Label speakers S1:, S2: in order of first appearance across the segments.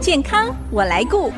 S1: 健康我来顾。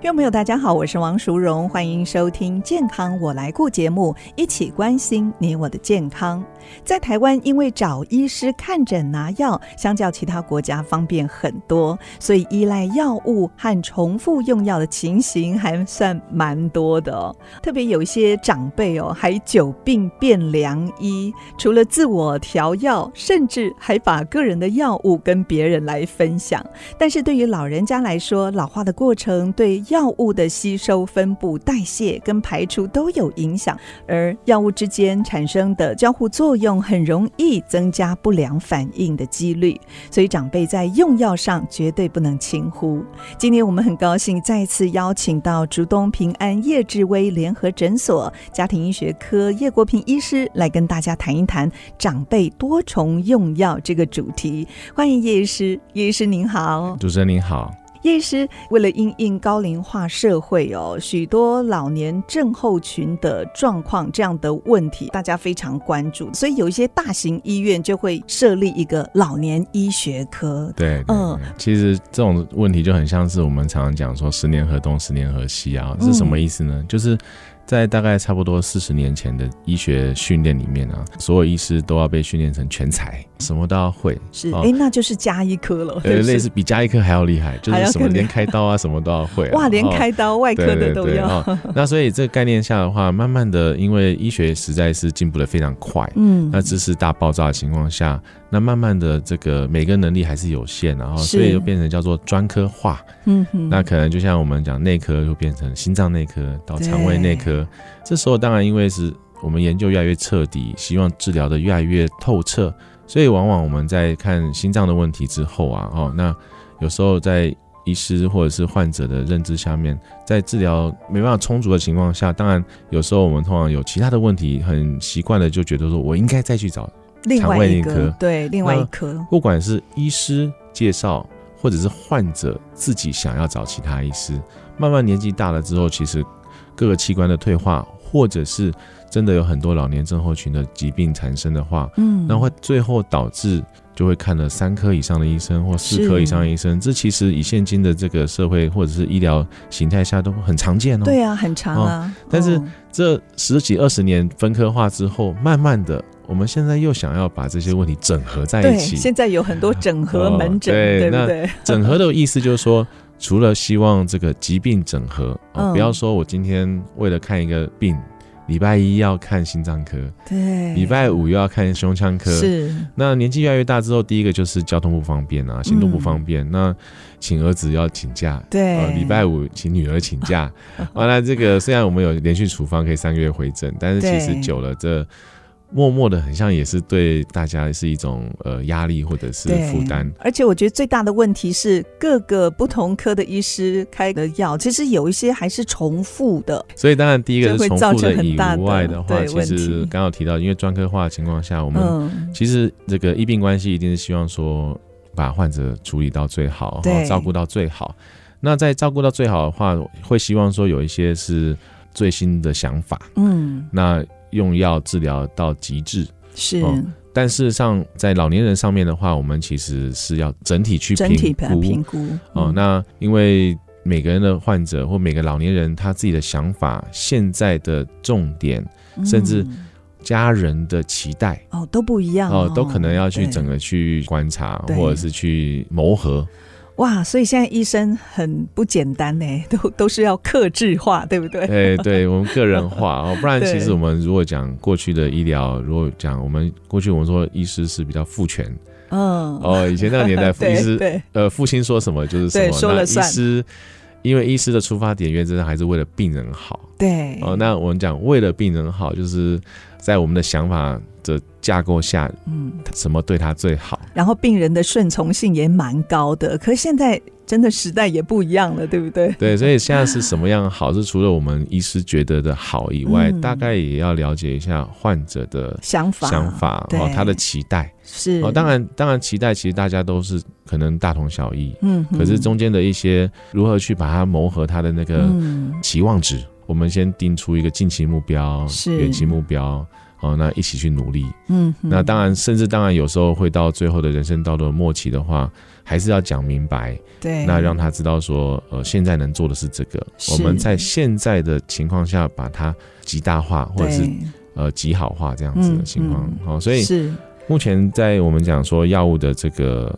S1: 听众朋友，大家好，我是王淑荣，欢迎收听《健康我来顾》节目，一起关心你我的健康。在台湾，因为找医师看诊拿药，相较其他国家方便很多，所以依赖药物和重复用药的情形还算蛮多的哦。特别有一些长辈哦，还久病变良医，除了自我调药，甚至还把个人的药物跟别人来分享。但是对于老人家来说，老化的过程对药物的吸收、分布、代谢跟排出都有影响，而药物之间产生的交互作用很容易增加不良反应的几率，所以长辈在用药上绝对不能轻忽。今天我们很高兴再次邀请到竹东平安叶志威联合诊所家庭医学科叶国平医师来跟大家谈一谈长辈多重用药这个主题。欢迎叶医师，叶医师您好。
S2: 主持人您好，
S1: 叶医师，为了因应高龄化社会哦，许多老年症候群的状况这样的问题，大家非常关注，所以有一些大型医院就会设立一个老年医学科。
S2: 对，
S1: 嗯
S2: 嗯，其实这种问题就很像是我们常常讲说“十年河东，十年河西”啊，
S1: 嗯
S2: 这是什么意思呢？就是在大概差不多四十年前的医学训练里面啊，所有医师都要被训练成全才，什么都要会，
S1: 是，
S2: 哦
S1: 哎、那 就是加医科了，
S2: 呃
S1: 对，不对
S2: 类似比加医科还要厉害，就
S1: 还要
S2: 是什么
S1: 更厉
S2: 连
S1: 害
S2: 开刀啊，什么都要 会啊、
S1: 哇，连
S2: 哦
S1: 开刀、外科
S2: 对对
S1: 的都
S2: 对
S1: 要。
S2: 哦那所以这个概念下的话，慢慢的，因为医学实在是进步的非常快，
S1: 嗯，
S2: 那知识大爆炸的情况下，那慢慢的这个每个能力还是有限，然后
S1: 是
S2: 所以就变成叫做专科化。
S1: 嗯哼
S2: 那可能就像我们讲内科，就变成心脏内科到
S1: 对
S2: 肠胃内科。这时候当然因为是我们研究越来越彻底，希望治疗的越来越透彻，所以往往我们在看心脏的问题之后啊，哦，那有时候在医师或者是患者的认知下面，在治疗没办法充足的情况下，当然有时候我们通常有其他的问题，很习惯的就觉得说我应该再去找
S1: 另外一
S2: 肠胃内
S1: 个
S2: 科
S1: 对，另外一
S2: 那
S1: 科
S2: 不管是医师介绍，或者是患者自己想要找其他医师，慢慢年纪大了之后，其实各个器官的退化，或者是真的有很多老年症候群的疾病产生的话，
S1: 嗯，
S2: 那会最后导致就会看了三科以上的医生或四科以上的医生，这其实以现今的这个社会或者是医疗形态下都很常见哦。
S1: 对啊，很长啊。
S2: 但是
S1: 哦
S2: 这十几二十年分科化之后，慢慢的，我们现在又想要把这些问题整合在
S1: 对，
S2: 一起，
S1: 现在有很多整合
S2: 哦
S1: 门诊，
S2: 对
S1: 对不
S2: 那
S1: 对？
S2: 整合的意思就是说，除了希望这个疾病整合，哦
S1: 嗯
S2: 不要说我今天为了看一个病，礼拜一要看心脏科，
S1: 对，
S2: 礼拜五又要看胸腔科。
S1: 是
S2: 那年纪越来越大之后，第一个就是交通不方便
S1: 嗯
S2: 啊，行动不方便。那请儿子要请假，
S1: 对
S2: 呃，礼拜五请女儿请假。 完了，那这个虽然我们有连续处方可以三个月回诊，但是其实
S1: 对
S2: 久了这。默默的，很像也是对大家是一种呃压力或者是
S1: 对
S2: 负担。
S1: 而且我觉得最大的问题是，各个不同科的医师开的药，其实有一些还是重复的。
S2: 所以当然第一个
S1: 就会
S2: 是重
S1: 造
S2: 复
S1: 成
S2: 的
S1: 很
S2: 以
S1: 大的
S2: 外的话，
S1: 对
S2: 其
S1: 问
S2: 实
S1: 题
S2: 刚刚有提到，因为专科化的情况下，我们
S1: 嗯，
S2: 其实这个医病关系一定是希望说把患者处理到最好，然
S1: 对
S2: 后照顾到最好。那在照顾到最好的话，会希望说有一些是最新的想法，
S1: 嗯，
S2: 那用药治疗到极致。
S1: 是、
S2: 哦但事实上，在老年人上面的话，我们其实是要整体去
S1: 整体
S2: 评
S1: 评
S2: 估
S1: 评估。
S2: 哦，
S1: 嗯
S2: 那因为每个人的患者或每个老年人他自己的想法、现在的重点、甚至
S1: 嗯
S2: 家人的期待
S1: 哦都不一样
S2: 哦，都可能要去
S1: 对
S2: 整个去观察，
S1: 对
S2: 或者是去 磨合。
S1: 哇，所以现在医生很不简单呢， 都都是要克制化，对不对？
S2: 哎，对我们个人化哦，不然
S1: 对
S2: 其实我们如果讲过去的医疗，如果讲我们过去我们说医师是比较父权
S1: 嗯，
S2: 哦，以前那个 年代父医
S1: 对
S2: 师
S1: 对
S2: 呃父亲说什么就是什
S1: 对
S2: 么，
S1: 说了
S2: 那医
S1: 算
S2: 师因为医师的出发点原则上还是为了病人好。
S1: 对，
S2: 哦，那我们讲为了病人好，就是在我们的想法的架构下，
S1: 嗯。
S2: 什么对他最好？
S1: 然后病人的顺从性也蛮高的，可是现在真的时代也不一样了，对不对？
S2: 对，所以现在是什么样好？是除了我们医师觉得的好以外，
S1: 嗯
S2: 大概也要了解一下患者的
S1: 想法
S2: 想法
S1: 对
S2: 哦，他的期待
S1: 是
S2: 哦。当，然，当然期待其实大家都是可能大同小异，
S1: 嗯哼，
S2: 可是中间的一些如何去把它磨合他的那个
S1: 嗯
S2: 期望值，我们先定出一个近期目标、
S1: 是
S2: 远期目标。哦，那一起去努力。
S1: 嗯哼，
S2: 那当然，甚至当然，有时候会到最后的人生道路的末期的话，还是要讲明白，
S1: 对，
S2: 那让他知道说，呃，现在能做的是这个，
S1: 是
S2: 我们在现在的情况下把它极大化，或者是
S1: 对
S2: 呃极好化这样子的情况
S1: 嗯。
S2: 好、所以
S1: 是
S2: 目前在我们讲说药物的这个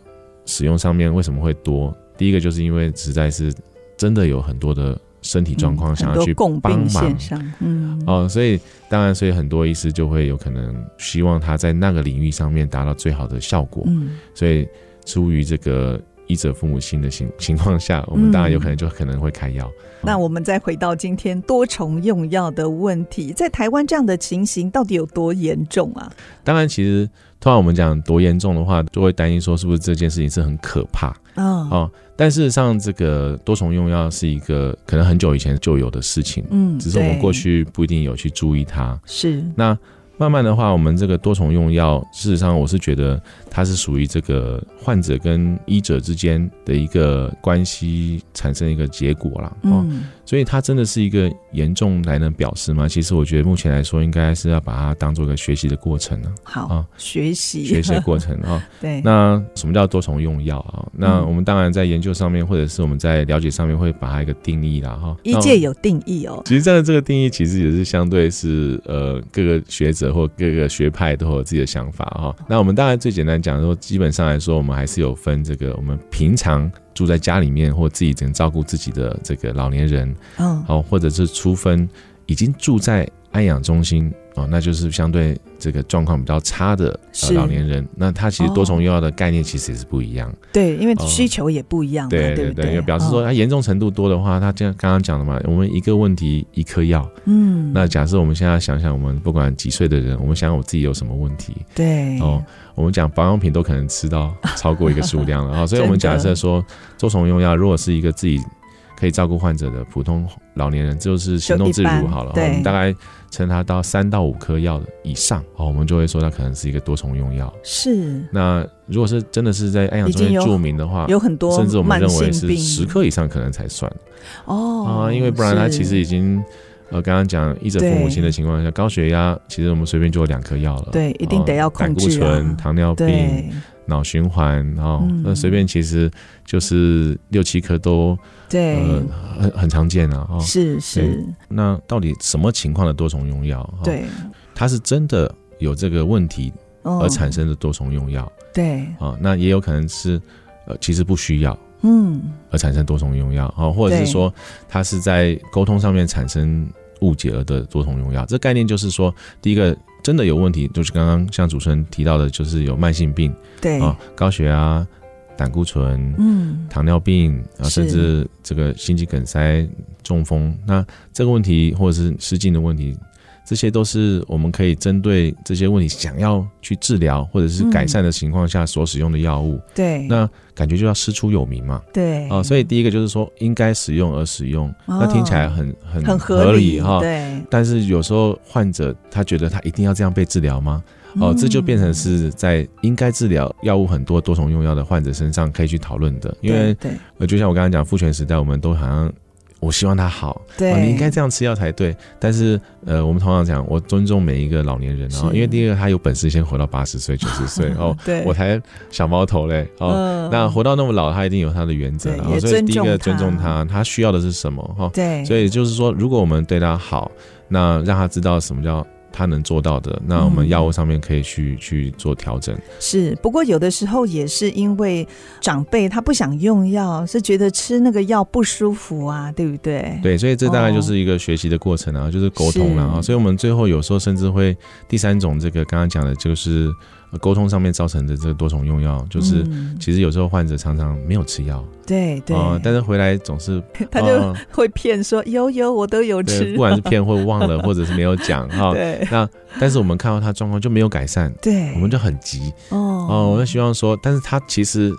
S2: 使用上面为什么会多？第一个就是因为实在是真的有很多的身体状况
S1: 嗯
S2: 想
S1: 很
S2: 要
S1: 多
S2: 去
S1: 共
S2: 帮
S1: 病
S2: 忙
S1: 线上，嗯，
S2: 哦，所以当然，所以很多医师就会有可能希望他在那个领域上面达到最好的效果。
S1: 嗯，
S2: 所以出于这个医者父母心的情情况下，我们当然有可能就可能会开药。
S1: 那我们再回到今天多重用药的问题，在台湾这样的情形到底有多严重啊？
S2: 当然，其实通常我们讲多严重的话，就会担心说是不是这件事情是很可怕
S1: 啊、
S2: 哦。但事实上，这个多重用药是一个可能很久以前就有的事情，
S1: 嗯，
S2: 只是我们
S1: 对
S2: 过去不一定有去注意它。
S1: 是
S2: 那慢慢的话，我们这个多重用药，事实上我是觉得它是属于这个患者跟医者之间的一个关系产生一个结果啦。哦，
S1: 嗯
S2: 所以它真的是一个严重来能表示吗？其实我觉得目前来说，应该是要把它当做一个学习的过程 啊，
S1: 好、
S2: 啊
S1: 学习
S2: 学习的过程啊、
S1: 对
S2: 那什么叫多重用药啊？那
S1: 嗯
S2: 我们当然在研究上面，或者是我们在了解上面，会把它一个定义啦哈。
S1: 医
S2: 那
S1: 界有定义哦，
S2: 其实这样的这个定义，其实也是相对是呃各个学者或各个学派都有自己的想法哈、那我们当然最简单讲说，基本上来说，我们还是有分这个我们平常住在家里面或自己只能照顾自己的这个老年人，
S1: 嗯，
S2: 哦，或者是初分已经住在安养中心哦，那就是相对这个状况比较差的、
S1: 是
S2: 呃、老年人，那他其实多重用药的概念其实也是不一样。
S1: 对，因为
S2: 哦
S1: 需求也不一样嘛，
S2: 对
S1: 对不
S2: 对，也表示说
S1: 哦
S2: 它严重程度多的话，他这样刚刚讲的嘛，我们一个问题一颗药。
S1: 嗯，
S2: 那假设我们现在想想，我们不管几岁的人，我们想想我自己有什么问题
S1: 对
S2: 哦，我们讲保养品都可能 吃到超过一个数量了啊、哦，所以我们
S1: 真的
S2: 假设说多重用药，如果是一个自己可以照顾患者的普通老年人，就是行动自
S1: 就一
S2: 如
S1: 般
S2: 好了，哦
S1: 对
S2: 我们大概称他到三到五颗药以上哦，我们就会说他可能是一个多重用药。
S1: 是
S2: 那如果是真的是在安哎养中
S1: 已经
S2: 心
S1: 有
S2: 著名的话，
S1: 有很多
S2: 啊甚至我们
S1: 慢
S2: 认为
S1: 性
S2: 是
S1: 病
S2: 十克以上可能才算。
S1: 哦
S2: 啊，因为不然他其实
S1: 是
S2: 已经，呃，刚刚讲医者父母亲的情况下，高血压其实我们随便就有两颗药了，
S1: 对一定得
S2: 呃
S1: 要
S2: 胆
S1: 控
S2: 固
S1: 制啊
S2: 醇、糖尿病、
S1: 对
S2: 脑循环，哦，
S1: 嗯
S2: 那随便其实就是六七颗都
S1: 对、
S2: 呃很很常见啊，哦，
S1: 是是，
S2: 那到底什么情况的多重用药？哦，
S1: 对，
S2: 它是真的有这个问题而
S1: 而
S2: 产生的多重用药
S1: 对，
S2: 啊，哦那也有可能是，呃，其实不需要。
S1: 嗯，
S2: 而产生多重用药哦，或者是
S1: 对
S2: 说它是在沟通上面产生误解而的多重用药。这概念就是说，第一个真的有问题，就是刚刚像主持人提到的，就是有慢性病
S1: 对，
S2: 啊、高血压、胆固醇、
S1: 嗯，
S2: 糖尿病啊，
S1: 是
S2: 甚至这个心肌梗塞、中风，那这个问题或者是失禁的问题。这些都是我们可以针对这些问题想要去治疗或者是改善的情况下所使用的药物，
S1: 对，
S2: 那感觉就要师出有名嘛。
S1: 嗯对哦
S2: 哦，所以第一个就是说应该使用而使用，那听起来很很
S1: 很
S2: 合
S1: 理
S2: 哈。啊
S1: 对，
S2: 但是有时候患者他觉得他一定要这样被治疗吗？哦，
S1: 嗯
S2: 这就变成是在应该治疗药物很多多重用药的患者身上可以去讨论的，
S1: 嗯，
S2: 因为
S1: 对
S2: 呃，就像我刚刚讲父权时代，我们都好像我希望他好，
S1: 对，
S2: 哦，你应该这样吃药才对。但是，呃，我们通常讲，我尊重每一个老年人，然后
S1: 是
S2: 因为第一个他有本事先活到八十岁、九十岁，哦，
S1: 对
S2: 我才小毛头嘞，哦，
S1: 嗯
S2: 那活到那么老，他一定有他的原则
S1: 对
S2: 啦，
S1: 也
S2: 哦所以第一个
S1: 尊
S2: 尊
S1: 重
S2: 重
S1: 他
S2: 他，他需要的是什么哈？
S1: 对，
S2: 所以就是说，如果我们对他好，那让他知道什么叫他能做到的，那我们
S1: 嗯
S2: 药物上面可以去去做调整。
S1: 是，不过有的时候也是因为长辈他不想用药，是觉得吃那个药不舒服啊，对不对？
S2: 对，所以这大概
S1: 哦
S2: 就是一个学习的过程啊，就是沟通了啊。
S1: 是
S2: 所以我们最后有时候甚至会第三种，这个刚刚讲的就是呃沟通上面造成的这个多重用药，就是。
S1: 嗯
S2: 其实有时候患者常常没有吃药
S1: 对对，
S2: 啊、但是回来总是
S1: 他就
S2: 啊
S1: 会骗说有有我都有
S2: 对，
S1: 吃
S2: 不，管是骗哦或忘了，或者是没有讲 哈、
S1: 对
S2: 那但是我们看到他状况就没有改善，
S1: 对，
S2: 我们就很急哦。
S1: 哦
S2: 我就希望说，但是他其实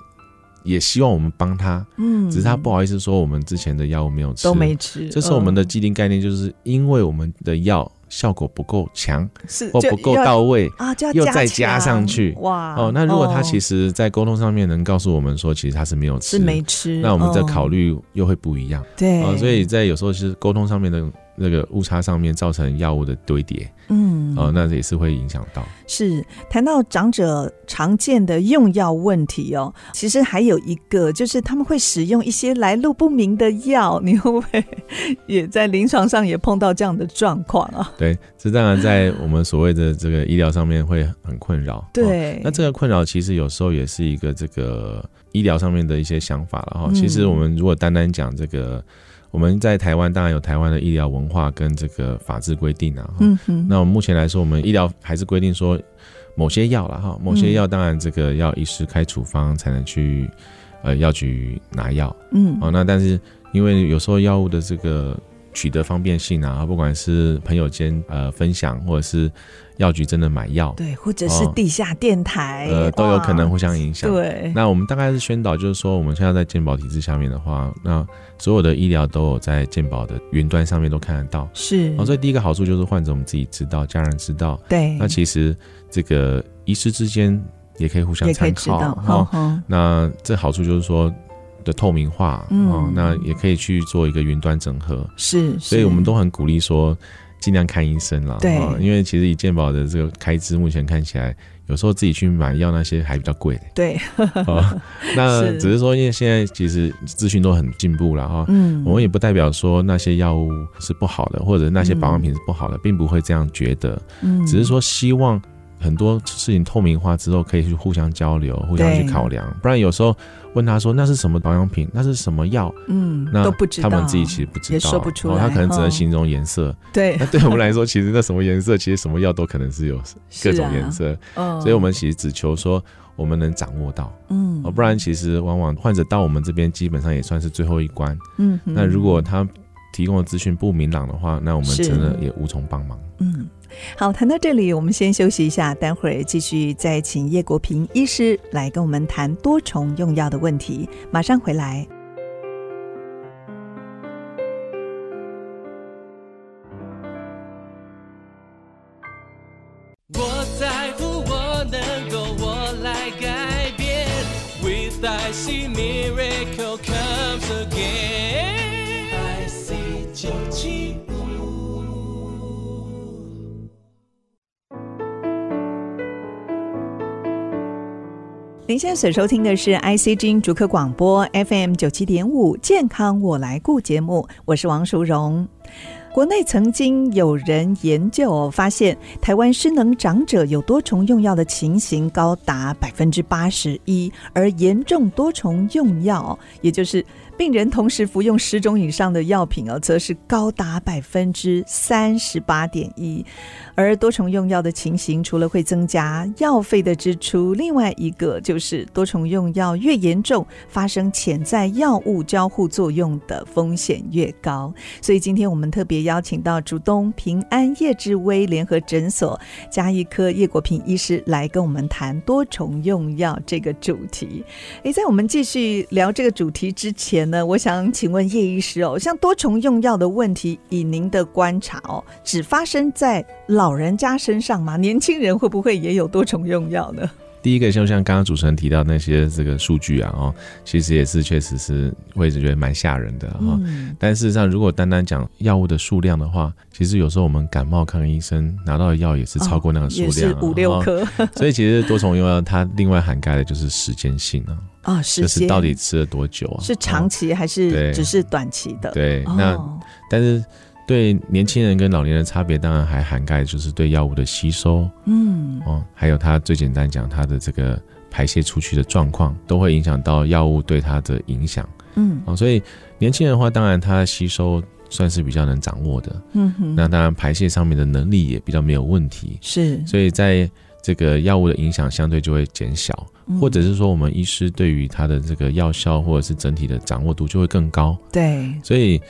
S2: 也希望我们帮他，
S1: 嗯，
S2: 只是他不好意思说我们之前的药物没有吃。
S1: 都没吃，
S2: 这是我们的
S1: 嗯
S2: 既定概念，就是因为我们的药效果不够强
S1: 是
S2: 或
S1: 就
S2: 不够
S1: 要
S2: 到位。
S1: 啊，就要
S2: 又再加
S1: 强
S2: 上去
S1: 哇！
S2: 哦，那如果他其
S1: 实
S2: 实，在沟通上面能告诉我们说，其实他是没有吃，
S1: 是没吃，嗯
S2: 那我们
S1: 在
S2: 的考虑又会不一样哦
S1: 对
S2: 哦。所以在有时候是沟通上面的那个误差上面造成药物的堆叠。
S1: 嗯，嗯
S2: 哦，那也是会影响到。
S1: 是谈到长者常见的用药问题哦，其实还有一个就是他们会使用一些来路不明的药，你会不会也在临床上也碰到这样的状况啊？
S2: 对，这当然在我们所谓的这个医疗上面会很困扰。哦
S1: 对，
S2: 那这个困扰其实有时候也是一个这个医疗上面的一些想法了哈。
S1: 嗯
S2: 其实我们如果单单讲这个，我们在台湾当然有台湾的医疗文化跟这个法制规定啊。哈
S1: 嗯哼，
S2: 那我们目前来说，我们医疗还是规定说某些药了哈，某
S1: 嗯
S2: 些药当然这个要医师开处方才能去呃药局拿药
S1: 嗯
S2: 哦。那但是因为有时候药物的这个取得方便性啊，不管是朋友间呃分享，或者是药局真的买药，
S1: 对，或者是
S2: 哦
S1: 地下电台，
S2: 呃，都有可能
S1: 哇
S2: 互相影响。
S1: 对，
S2: 那我们大概是宣导，就是说我们现在在健保体制下面的话，那所有的医疗都有在健保的云端上面都看得到。
S1: 是，
S2: 哦，所以第一个好处就是患者我们自己知道，家人知道。
S1: 对，
S2: 那其实这个医师之间也可以互相
S1: 也可以
S2: 参
S1: 知
S2: 考哦
S1: 道，哈
S2: 哈。
S1: 哈，
S2: 那这好处就是说的透明化，
S1: 嗯
S2: 哦，那也可以去做一个云端整合。
S1: 是，
S2: 所以我们都很鼓励说，尽量看医生啦。
S1: 对
S2: 哦因为其实以健保的这个开支，目前看起来，有时候自己去买药那些还比较贵嘞。
S1: 是对，
S2: 哦，那
S1: 是
S2: 只是说，因为现在其实资讯都很进步了哈。
S1: 嗯，
S2: 我们也不代表说那些药物是不好的，或者那些保养品是不好的，并不会这样觉得。
S1: 嗯
S2: 只是说希望很多事情透明化之后，可以去互相交流、互相去
S1: 对
S2: 考量。不然有时候问他说那是什么保养品，那是什么药，
S1: 嗯
S2: 那
S1: 都不知
S2: 他
S1: 道，
S2: 们自己其实不知道，
S1: 也说不出
S2: 哦他
S1: 来
S2: 可能只
S1: 哦
S2: 能形容颜色。
S1: 对
S2: 那，对我们来说，其实那什么颜色，其实什么药都可能是有各
S1: 是
S2: 种
S1: 啊
S2: 颜，色，
S1: 嗯
S2: 所以我们其实只求说我们能掌握到。
S1: 嗯
S2: 哦，不然其实往往患者到我们这边基本上也算是最后一关。
S1: 嗯哼，
S2: 那如果他提供的资讯不明朗的话，那我们
S1: 是
S2: 真的也无从帮忙。
S1: 嗯，好，谈到这里，我们先休息一下，待会儿继续再请叶国平医师来跟我们谈多重用药的问题。马上回来。
S3: 我在乎，我能够，我来改变。With I see miracle comes again。I see 九七五。
S1: 您现在所收听的是 IC 之音逐客广播 FM 九七点五《健康我来顾》节目，我是王淑荣。国内曾经有人研究哦发现，台湾失能长者有多重用药的情形高达百分之八十一，而严重多重用药，哦也就是病人同时服用十种以上的药品哦，则是高达百分之三十八点一。而多重用药的情形，除了会增加药费的支出，另外一个就是多重用药越严重，发生潜在药物交互作用的风险越高。所以今天我们特别邀请到竹东平安叶志威联合诊所加医科叶国平医师来跟我们谈多重用药这个主题。诶，在我们继续聊这个主题之前呢，我想请问叶医师哦，像多重用药的问题，以您的观察哦，只发生在老人家身上吗？年轻人会不会也有多重用药呢？
S2: 第一个就像刚刚主持人提到那些这个数据啊，哦，其实也是确实是会觉得蛮吓人的哈、哦
S1: 嗯，
S2: 但事实上，如果单单讲药物的数量的话，其实有时候我们感冒看医生拿到的药也是超过那个
S1: 哦
S2: 数
S1: 也
S2: 量、
S1: 是
S2: 啊
S1: 五六颗
S2: 哦所以其实多重用药它另外涵盖的就是时间性啊，
S1: 啊，时
S2: 就
S1: 间
S2: 是到底吃了多久啊？
S1: 是长
S2: 哦
S1: 期还是
S2: 对
S1: 只是短期的？
S2: 对，
S1: 哦，
S2: 那但是对年轻人跟老年人差别，当然还涵盖就是对药物的吸收
S1: 嗯
S2: 哦，还有它最简单讲它的这个排泄出去的状况，都会影响到药物对它的影响
S1: 嗯
S2: 哦。所以年轻人的话，当然他的吸收算是比较能掌握的，
S1: 嗯哼，
S2: 那当然排泄上面的能力也比较没有问题，
S1: 是
S2: 所以在这个药物的影响相对就会减小，或者
S1: 嗯
S2: 是说我们医师对于它的这个药效或者是整体的掌握度就会更高。
S1: 对
S2: 所以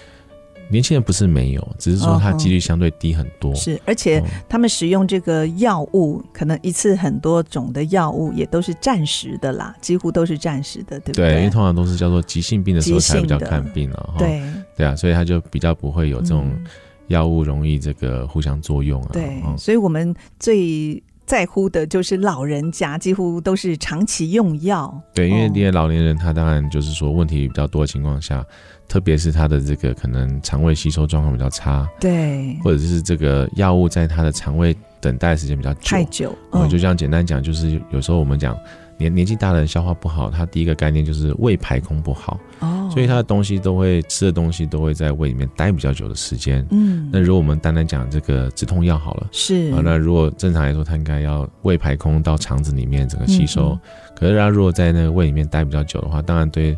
S2: 年轻人不是没有，只是说它几率相对低很多。
S1: 嗯是，而且
S2: 哦
S1: 他们使用这个药物，可能一次很多种的药物也都是暂时的啦，几乎都是暂时的，对不
S2: 对，因为
S1: 对？
S2: 通常都是叫做急性病的时候才比较
S1: 急性的
S2: 看病了哈。
S1: 对，
S2: 对啊，所以它就比较不会有这种
S1: 嗯
S2: 药物容易这个互相作用啊。
S1: 对，
S2: 哦
S1: 所以我们最在乎的就是老人家，几乎都是长期用药。
S2: 对，因为
S1: 哦
S2: 这些老年人他当然就是说问题比较多的情况下，特别是他的这个可能肠胃吸收状况比较差，
S1: 对，
S2: 或者是这个药物在他的肠胃。等待时间比较久
S1: 太。久，
S2: 我
S1: 嗯
S2: 就这样简单讲，就是有时候我们讲年年纪大的人消化不好，他第一个概念就是胃排空不好，
S1: 哦，
S2: 所以他的东西都会吃的东西都会在胃里面待比较久的时间。
S1: 嗯，
S2: 那如果我们单单讲这个止痛药好了。
S1: 是
S2: 啊，那如果正常来说，它应该要胃排空到肠子里面整个吸收。
S1: 嗯
S2: 可是它如果在那个胃里面待比较久的话，当然对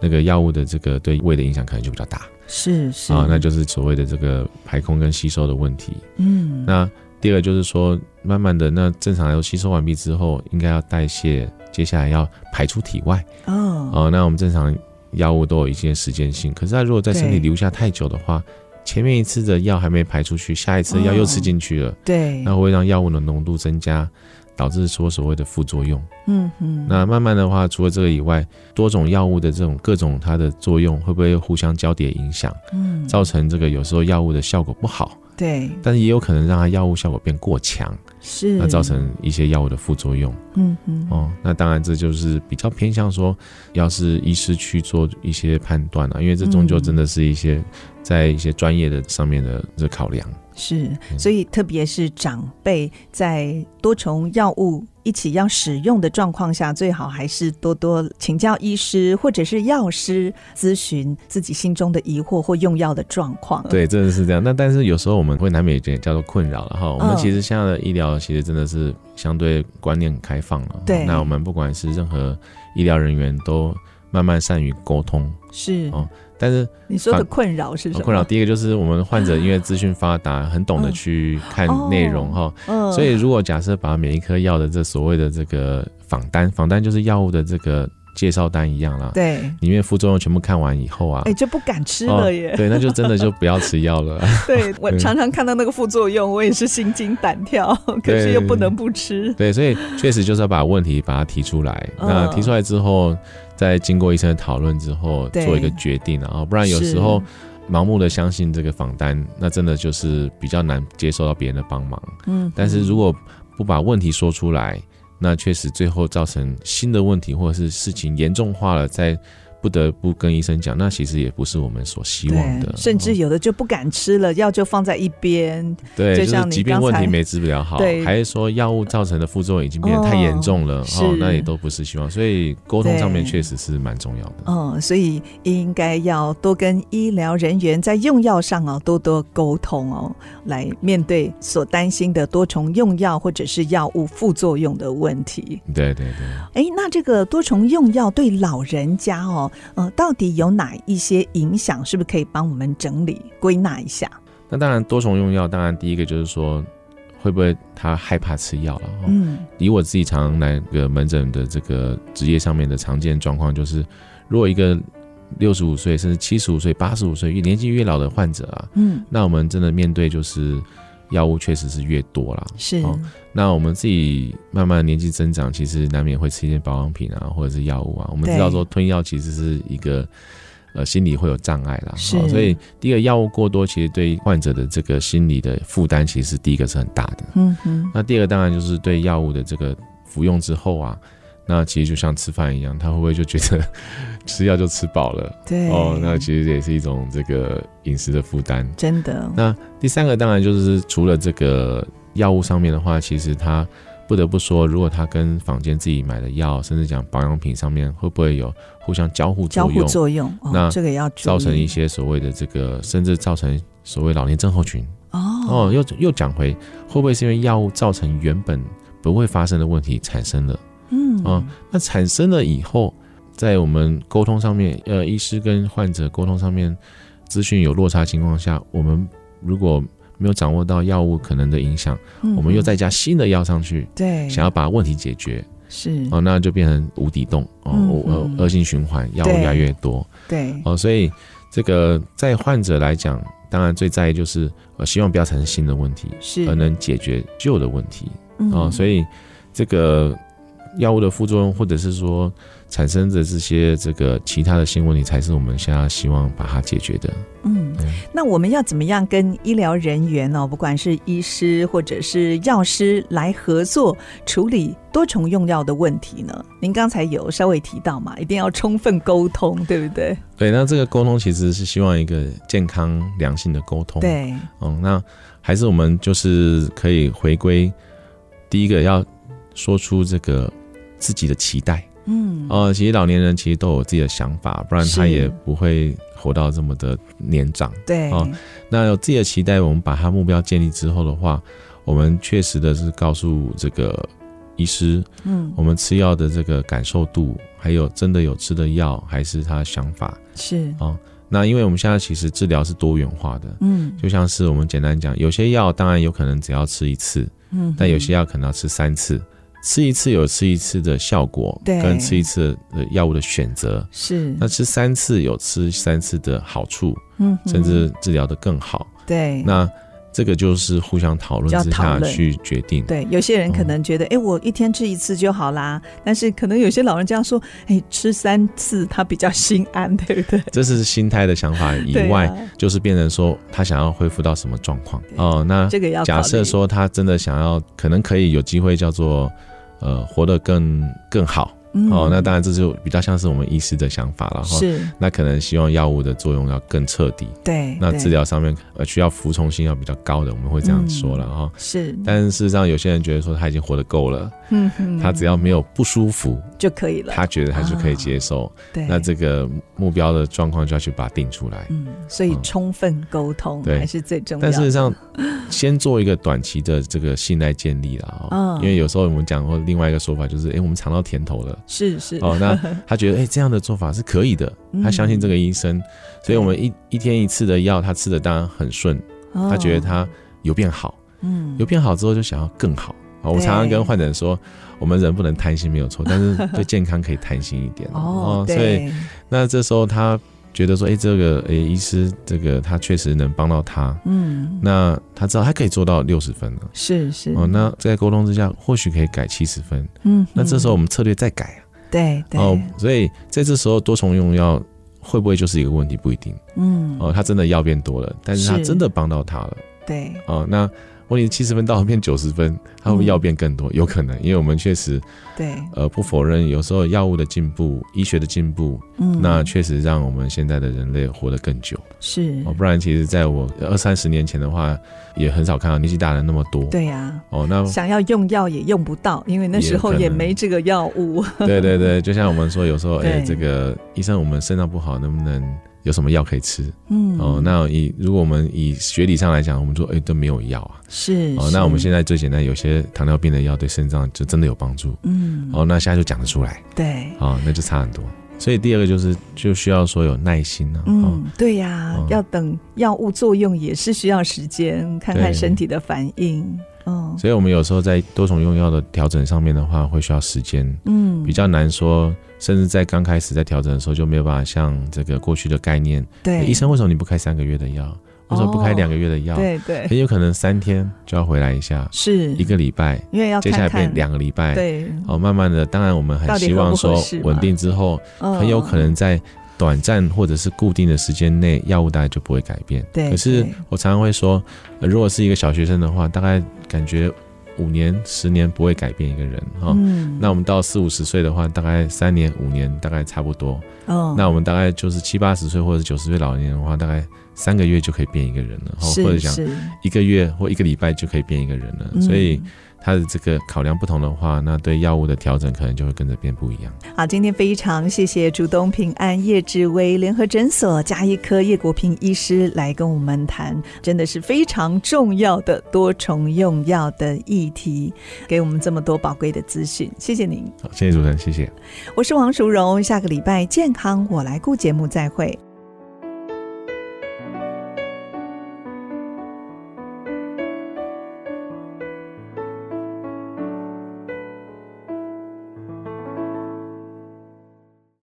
S2: 那个药物的这个对胃的影响可能就比较大
S1: 是是
S2: 啊，那就是所谓的这个排空跟吸收的问题。
S1: 嗯，
S2: 那第二个就是说，慢慢的，那正常来说吸收完毕之后，应该要代谢，接下来要排出体外
S1: 哦
S2: 啊、那我们正常药物都有一些时间性，可是它如果在身
S1: 对
S2: 体留下太久的话，前面一次的药还没排出去，下一次的药又
S1: 哦
S2: 吃进去了。
S1: 对，
S2: 那会让药物的浓度增加，导致说所谓的副作用。
S1: 嗯嗯，
S2: 那慢慢的话，除了这个以外，多种药物的这种各种它的作用会不会互相交叠影响，
S1: 嗯
S2: 造成这个有时候药物的效果不好，
S1: 对
S2: 但是也有可能让它药物效果变过强，
S1: 是
S2: 那造成一些药物的副作用。
S1: 嗯嗯
S2: 哦，那当然这就是比较偏向说，要是医师去做一些判断啊了、因为这终究
S1: 嗯
S2: 真的是一些在一些专业的上面的这考量。
S1: 嗯是，
S2: 嗯
S1: 所以特别是长辈在多重药物一起要使用的状况下，最好还是多多请教医师或者是药师咨询自己心中的疑惑或用药的状况。，
S2: 对，真的是这样。那但是有时候我们会难免有点叫做困扰了哈。
S1: 嗯
S2: 我们其实现在的医疗其实真的是相对观念很开放了。
S1: 对
S2: 那我们不管是任何医疗人员都慢慢善于沟通，
S1: 是
S2: 哦但是
S1: 你说的
S2: 反哦
S1: 困扰是什么？
S2: 困扰第一个就是我们患者因为资讯发达，很懂得
S1: 嗯
S2: 去看内容哈。
S1: 嗯，
S2: 所以如果假设把每一颗药的这所谓的这个访单，访单就是药物的这个介绍单一样啦。
S1: 对，
S2: 里面副作用全部看完以后啊
S1: 哎、，就不敢吃了耶。
S2: 哦对，那就真的就不要吃药 了。
S1: 对我
S2: 对
S1: 常常看到那个副作用，我也是心惊胆跳， 可是又不能不吃。
S2: 对，所以确实就是要把问题把它提出来。
S1: 嗯
S2: 那提出来之后，再经过医生的讨论之后，
S1: 对
S2: 做一个决定啊，不然有时候盲目的相信这个访单，那真的就是比较难接受到别人的帮忙。
S1: 嗯，
S2: 但是如果不把问题说出来，那确实最后造成新的问题或者是事情严重化了，再不得不跟医生讲，那其实也不是我们所希望的
S1: 对，。甚至
S2: 哦
S1: 有的就不敢吃了，药就放在一边。
S2: 对，
S1: 就
S2: 就是
S1: 像你
S2: 即便
S1: 刚
S2: 问题
S1: 才
S2: 没治疗好
S1: 对，
S2: 还是说药物造成的副作用已经变得太严重了，
S1: 是
S2: 哦，那也都不是希望。所以沟通上面
S1: 对
S2: 确实是蛮重要的。
S1: 嗯，所以应该要多跟医疗人员在用药上哦多多沟通哦，来面对所担心的多重用药或者是药物副作用的问题。
S2: 对对对，
S1: 哎，那这个多重用药对老人家哦，呃，到底有哪一些影响？是不是可以帮我们整理归纳一下？
S2: 那当然多重用药，当然第一个就是说，会不会他害怕吃药了？哦
S1: 嗯，
S2: 以我自己常来个门诊的这个职业上面的常见状况，就是如果一个六十五岁甚至七十五岁、八十五岁越年纪越老的患者啊，
S1: 嗯，
S2: 那我们真的面对就是药物确实是越多了，
S1: 是，
S2: 哦那我们自己慢慢年纪增长，其实难免会吃一些保养品啊，或者是药物啊。我们
S1: 对
S2: 知道说吞药其实是一个呃心理会有障碍啦，哦
S1: 是
S2: 所以第一个药物过多，其实对患者的这个心理的负担，其实第一个是很大的。
S1: 嗯哼，
S2: 那第二个当然就是对药物的这个服用之后啊，那其实就像吃饭一样，他会不会就觉得吃药就吃饱了？
S1: 对，
S2: 哦，那其实也是一种这个饮食的负担。
S1: 真的，
S2: 那第三个当然就是除了这个药物上面的话，其实它不得不说，如果它跟坊间自己买的药，甚至讲保养品上面，会不会有互相交互
S1: 交
S2: 作
S1: 互
S2: 用，
S1: 作用，哦、
S2: 那
S1: 这个要注意
S2: 造成一些所谓的这个，甚至造成所谓老年症候群？
S1: 哦
S2: 哦，又又讲回，会不会是因为药物造成原本不会发生的问题产生了？
S1: 嗯
S2: 哦那产生了以后，在我们沟通上面，呃，医师跟患者沟通上面，资讯有落差情况下，我们如果没有掌握到药物可能的影响，
S1: 嗯
S2: 我们又再加新的药上去，
S1: 对
S2: 想要把问题解决，
S1: 是
S2: 哦，那就变成无底洞哦，
S1: 嗯
S2: 恶恶
S1: 嗯
S2: 恶性循环，药物
S1: 对
S2: 越来越多
S1: 对
S2: 哦，所以这个在患者来讲，当然最在意就是，呃，希望不要产生新的问题，
S1: 是
S2: 而能解决旧的问题。
S1: 嗯
S2: 啊、所以这个药物的副作用，或者是说产生的这些这个其他的新问题，才是我们现在希望把它解决的。
S1: 嗯
S2: 嗯，
S1: 那我们要怎么样跟医疗人员哦，不管是医师或者是药师来合作处理多重用药的问题呢？您刚才有稍微提到嘛，一定要充分沟通，对不对？
S2: 哦对，那这个沟通其实是希望一个健康良性的沟通。，
S1: 对，
S2: 嗯，那还是我们就是可以回归第一个要说出这个自己的期待。
S1: 嗯，
S2: 呃，其实老年人其实都有自己的想法，不然他
S1: 是
S2: 也不会活到这么的年长。
S1: 对，
S2: 哦那有自己的期待，我们把他目标建立之后的话，我们确实的是告诉这个医师，
S1: 嗯
S2: 我，们吃药的这个感受度，还有真的有吃的药，还是他的想法。啊
S1: 是，
S2: 那因为我们现在其实治疗是多元化的，
S1: 嗯
S2: 就像是我们简单讲，有些药当然有可能只要吃一次，
S1: 嗯，
S2: 但有些药可能要吃三次。吃一次有吃一次的效果，
S1: 对
S2: 跟吃一次的呃药物的选择。
S1: 是，
S2: 那吃三次有吃三次的好处，
S1: 嗯哼，
S2: 甚至治疗的更好。
S1: 对，
S2: 那这个就是互相讨论之
S1: 就要讨
S2: 下
S1: 论
S2: 去决定。
S1: 对，有些人可
S2: 嗯
S1: 能觉得，哎、我一天吃一次就好啦。但是可能有些老人家说，哎，吃三次他比较心安，对不对？
S2: 这是心态的想法以
S1: 对
S2: 外，
S1: 啊
S2: 就是变成说他想要恢复到什么状况
S1: 对
S2: 哦。那
S1: 这个要
S2: 假
S1: 考
S2: 设
S1: 虑，
S2: 说他真的想要，可能可以有机会叫做呃活得更更好
S1: 嗯
S2: 哦。那当然这哦就比较像是我们医师的想法了哈。
S1: 是
S2: 那可能希望药物的作用要更彻底，
S1: 对，
S2: 那
S1: 对
S2: 治疗上面呃需要服从性要比较高的，我们会这样说了哈。
S1: 是，
S2: 但事实上，有些人觉得说他已经活得够了，
S1: 嗯哼
S2: 他只要没有不舒服，
S1: 就可以了。
S2: 他觉得他就可以接受。
S1: 啊对，
S2: 那这个目标的状况就要去把它定出来。
S1: 嗯，所以
S2: 嗯
S1: 充分沟通
S2: 对
S1: 还是最重要的。
S2: 但事实上，先做一个短期的这个信赖建立啦、哦，
S1: 嗯
S2: 因为有时候我们讲过另外一个说法，就是诶，哎我们尝到甜头了。
S1: 是是
S2: 哦，那他觉得诶，这样的做法是可以的，
S1: 嗯
S2: 他相信这个医生，所以我们一一天一次的药，他吃的当然很顺，他觉得
S1: 哦
S2: 他有变好，
S1: 嗯
S2: 有变好之后就想要更好。哦我
S1: 对
S2: 常常跟患者说，我们人不能贪心没有错，但是对健康可以贪心一点
S1: 哦
S2: 所以
S1: 对
S2: 那这时候他觉得说，哎、这个哎、诶医师这个他确实能帮到他，
S1: 嗯
S2: 那他知道他可以做到六十分了。
S1: 是是
S2: 哦，那在沟通之下，或许可以改七十分。
S1: 嗯
S2: 那这时候我
S1: 嗯
S2: 们策略再改
S1: 对对
S2: 啊。哦，所以在这时候多重用药会不会就是一个问题？不一定。
S1: 嗯
S2: 哦，他真的药变多了，但是他
S1: 是
S2: 真的帮到他了。
S1: 对
S2: 哦，那问题七十分到了变九十分，他会不会药变更
S1: 嗯
S2: 多？有可能，因为我们确实
S1: 对
S2: 呃不否认，有时候药物的进步、医学的进步，
S1: 嗯
S2: 那确实让我们现在的人类活得更久。
S1: 是
S2: 哦，不然其实在我二三十年前的话，也很少看到年纪大的那么多。
S1: 对呀。
S2: 哦，那
S1: 想要用药也用不到，因为那时候
S2: 也可能
S1: 也没这个药物。
S2: 对对对，就像我们说，有时候哎、
S1: 对
S2: 这个医生，我们肾脏不好，能不能有什么药可以吃？
S1: 嗯，
S2: 哦，那以如果我们以学理上来讲，我们说哎、都没有药啊。
S1: 嗯是
S2: 哦，那我们现在最简单，有些糖尿病的药对肾脏就真的有帮助。
S1: 嗯，
S2: 哦，那现在就讲得出来，
S1: 对，
S2: 哦，那就差很多。所以第二个就是就需要说有耐心啊。哦，
S1: 嗯，对呀、
S2: 哦
S1: 要等药物作用也是需要时间，看看
S2: 对
S1: 身体的反应。嗯
S2: 所以我们有时候在多重用药的调整上面的话，会需要时间。
S1: 嗯，
S2: 比较难说，甚至在刚开始在调整的时候就没有办法像这个过去的概念，
S1: 对，哦
S2: 诶医生为什么你不开三个月的药？为什么不开两个月的药？
S1: 对对
S2: 很有可能三天就要回来一下，
S1: 是
S2: 一个礼拜，
S1: 因为要
S2: 接
S1: 看
S2: 下
S1: 看
S2: 来变两个礼拜，
S1: 对，
S2: 哦，慢慢的，当然我们很
S1: 到底
S2: 希望
S1: 合
S2: 说
S1: 不合适嘛
S2: 稳定之后，
S1: 嗯
S2: 很有可能在短暂或者是固定的时间内，药物大概就不会改变。
S1: 对
S2: 可是
S1: 对
S2: 我常常会说，呃如果是一个小学生的话，大概感觉五年、十年不会改变一个人哈。哦
S1: 嗯，
S2: 那我们到四五十岁的话，大概三年五年大概差不多。
S1: 嗯
S2: 那我们大概就是七八十岁或者九十岁老年人的话，大概三个月就可以变一个人了，哦
S1: 是
S2: 或者讲
S1: 是
S2: 一个月或一个礼拜就可以变一个人了。
S1: 嗯
S2: 所以他的这个考量不同的话，那对药物的调整可能就会跟着变不一样。
S1: 好，今天非常谢谢竹东平安叶志威联合诊所加医科叶国平医师来跟我们谈，真的是非常重要的多重用药的议题，给我们这么多宝贵的资讯，谢谢您。
S2: 好，谢谢主持人，谢谢。
S1: 我是王淑荣，下个礼拜健康我来顾节目再会。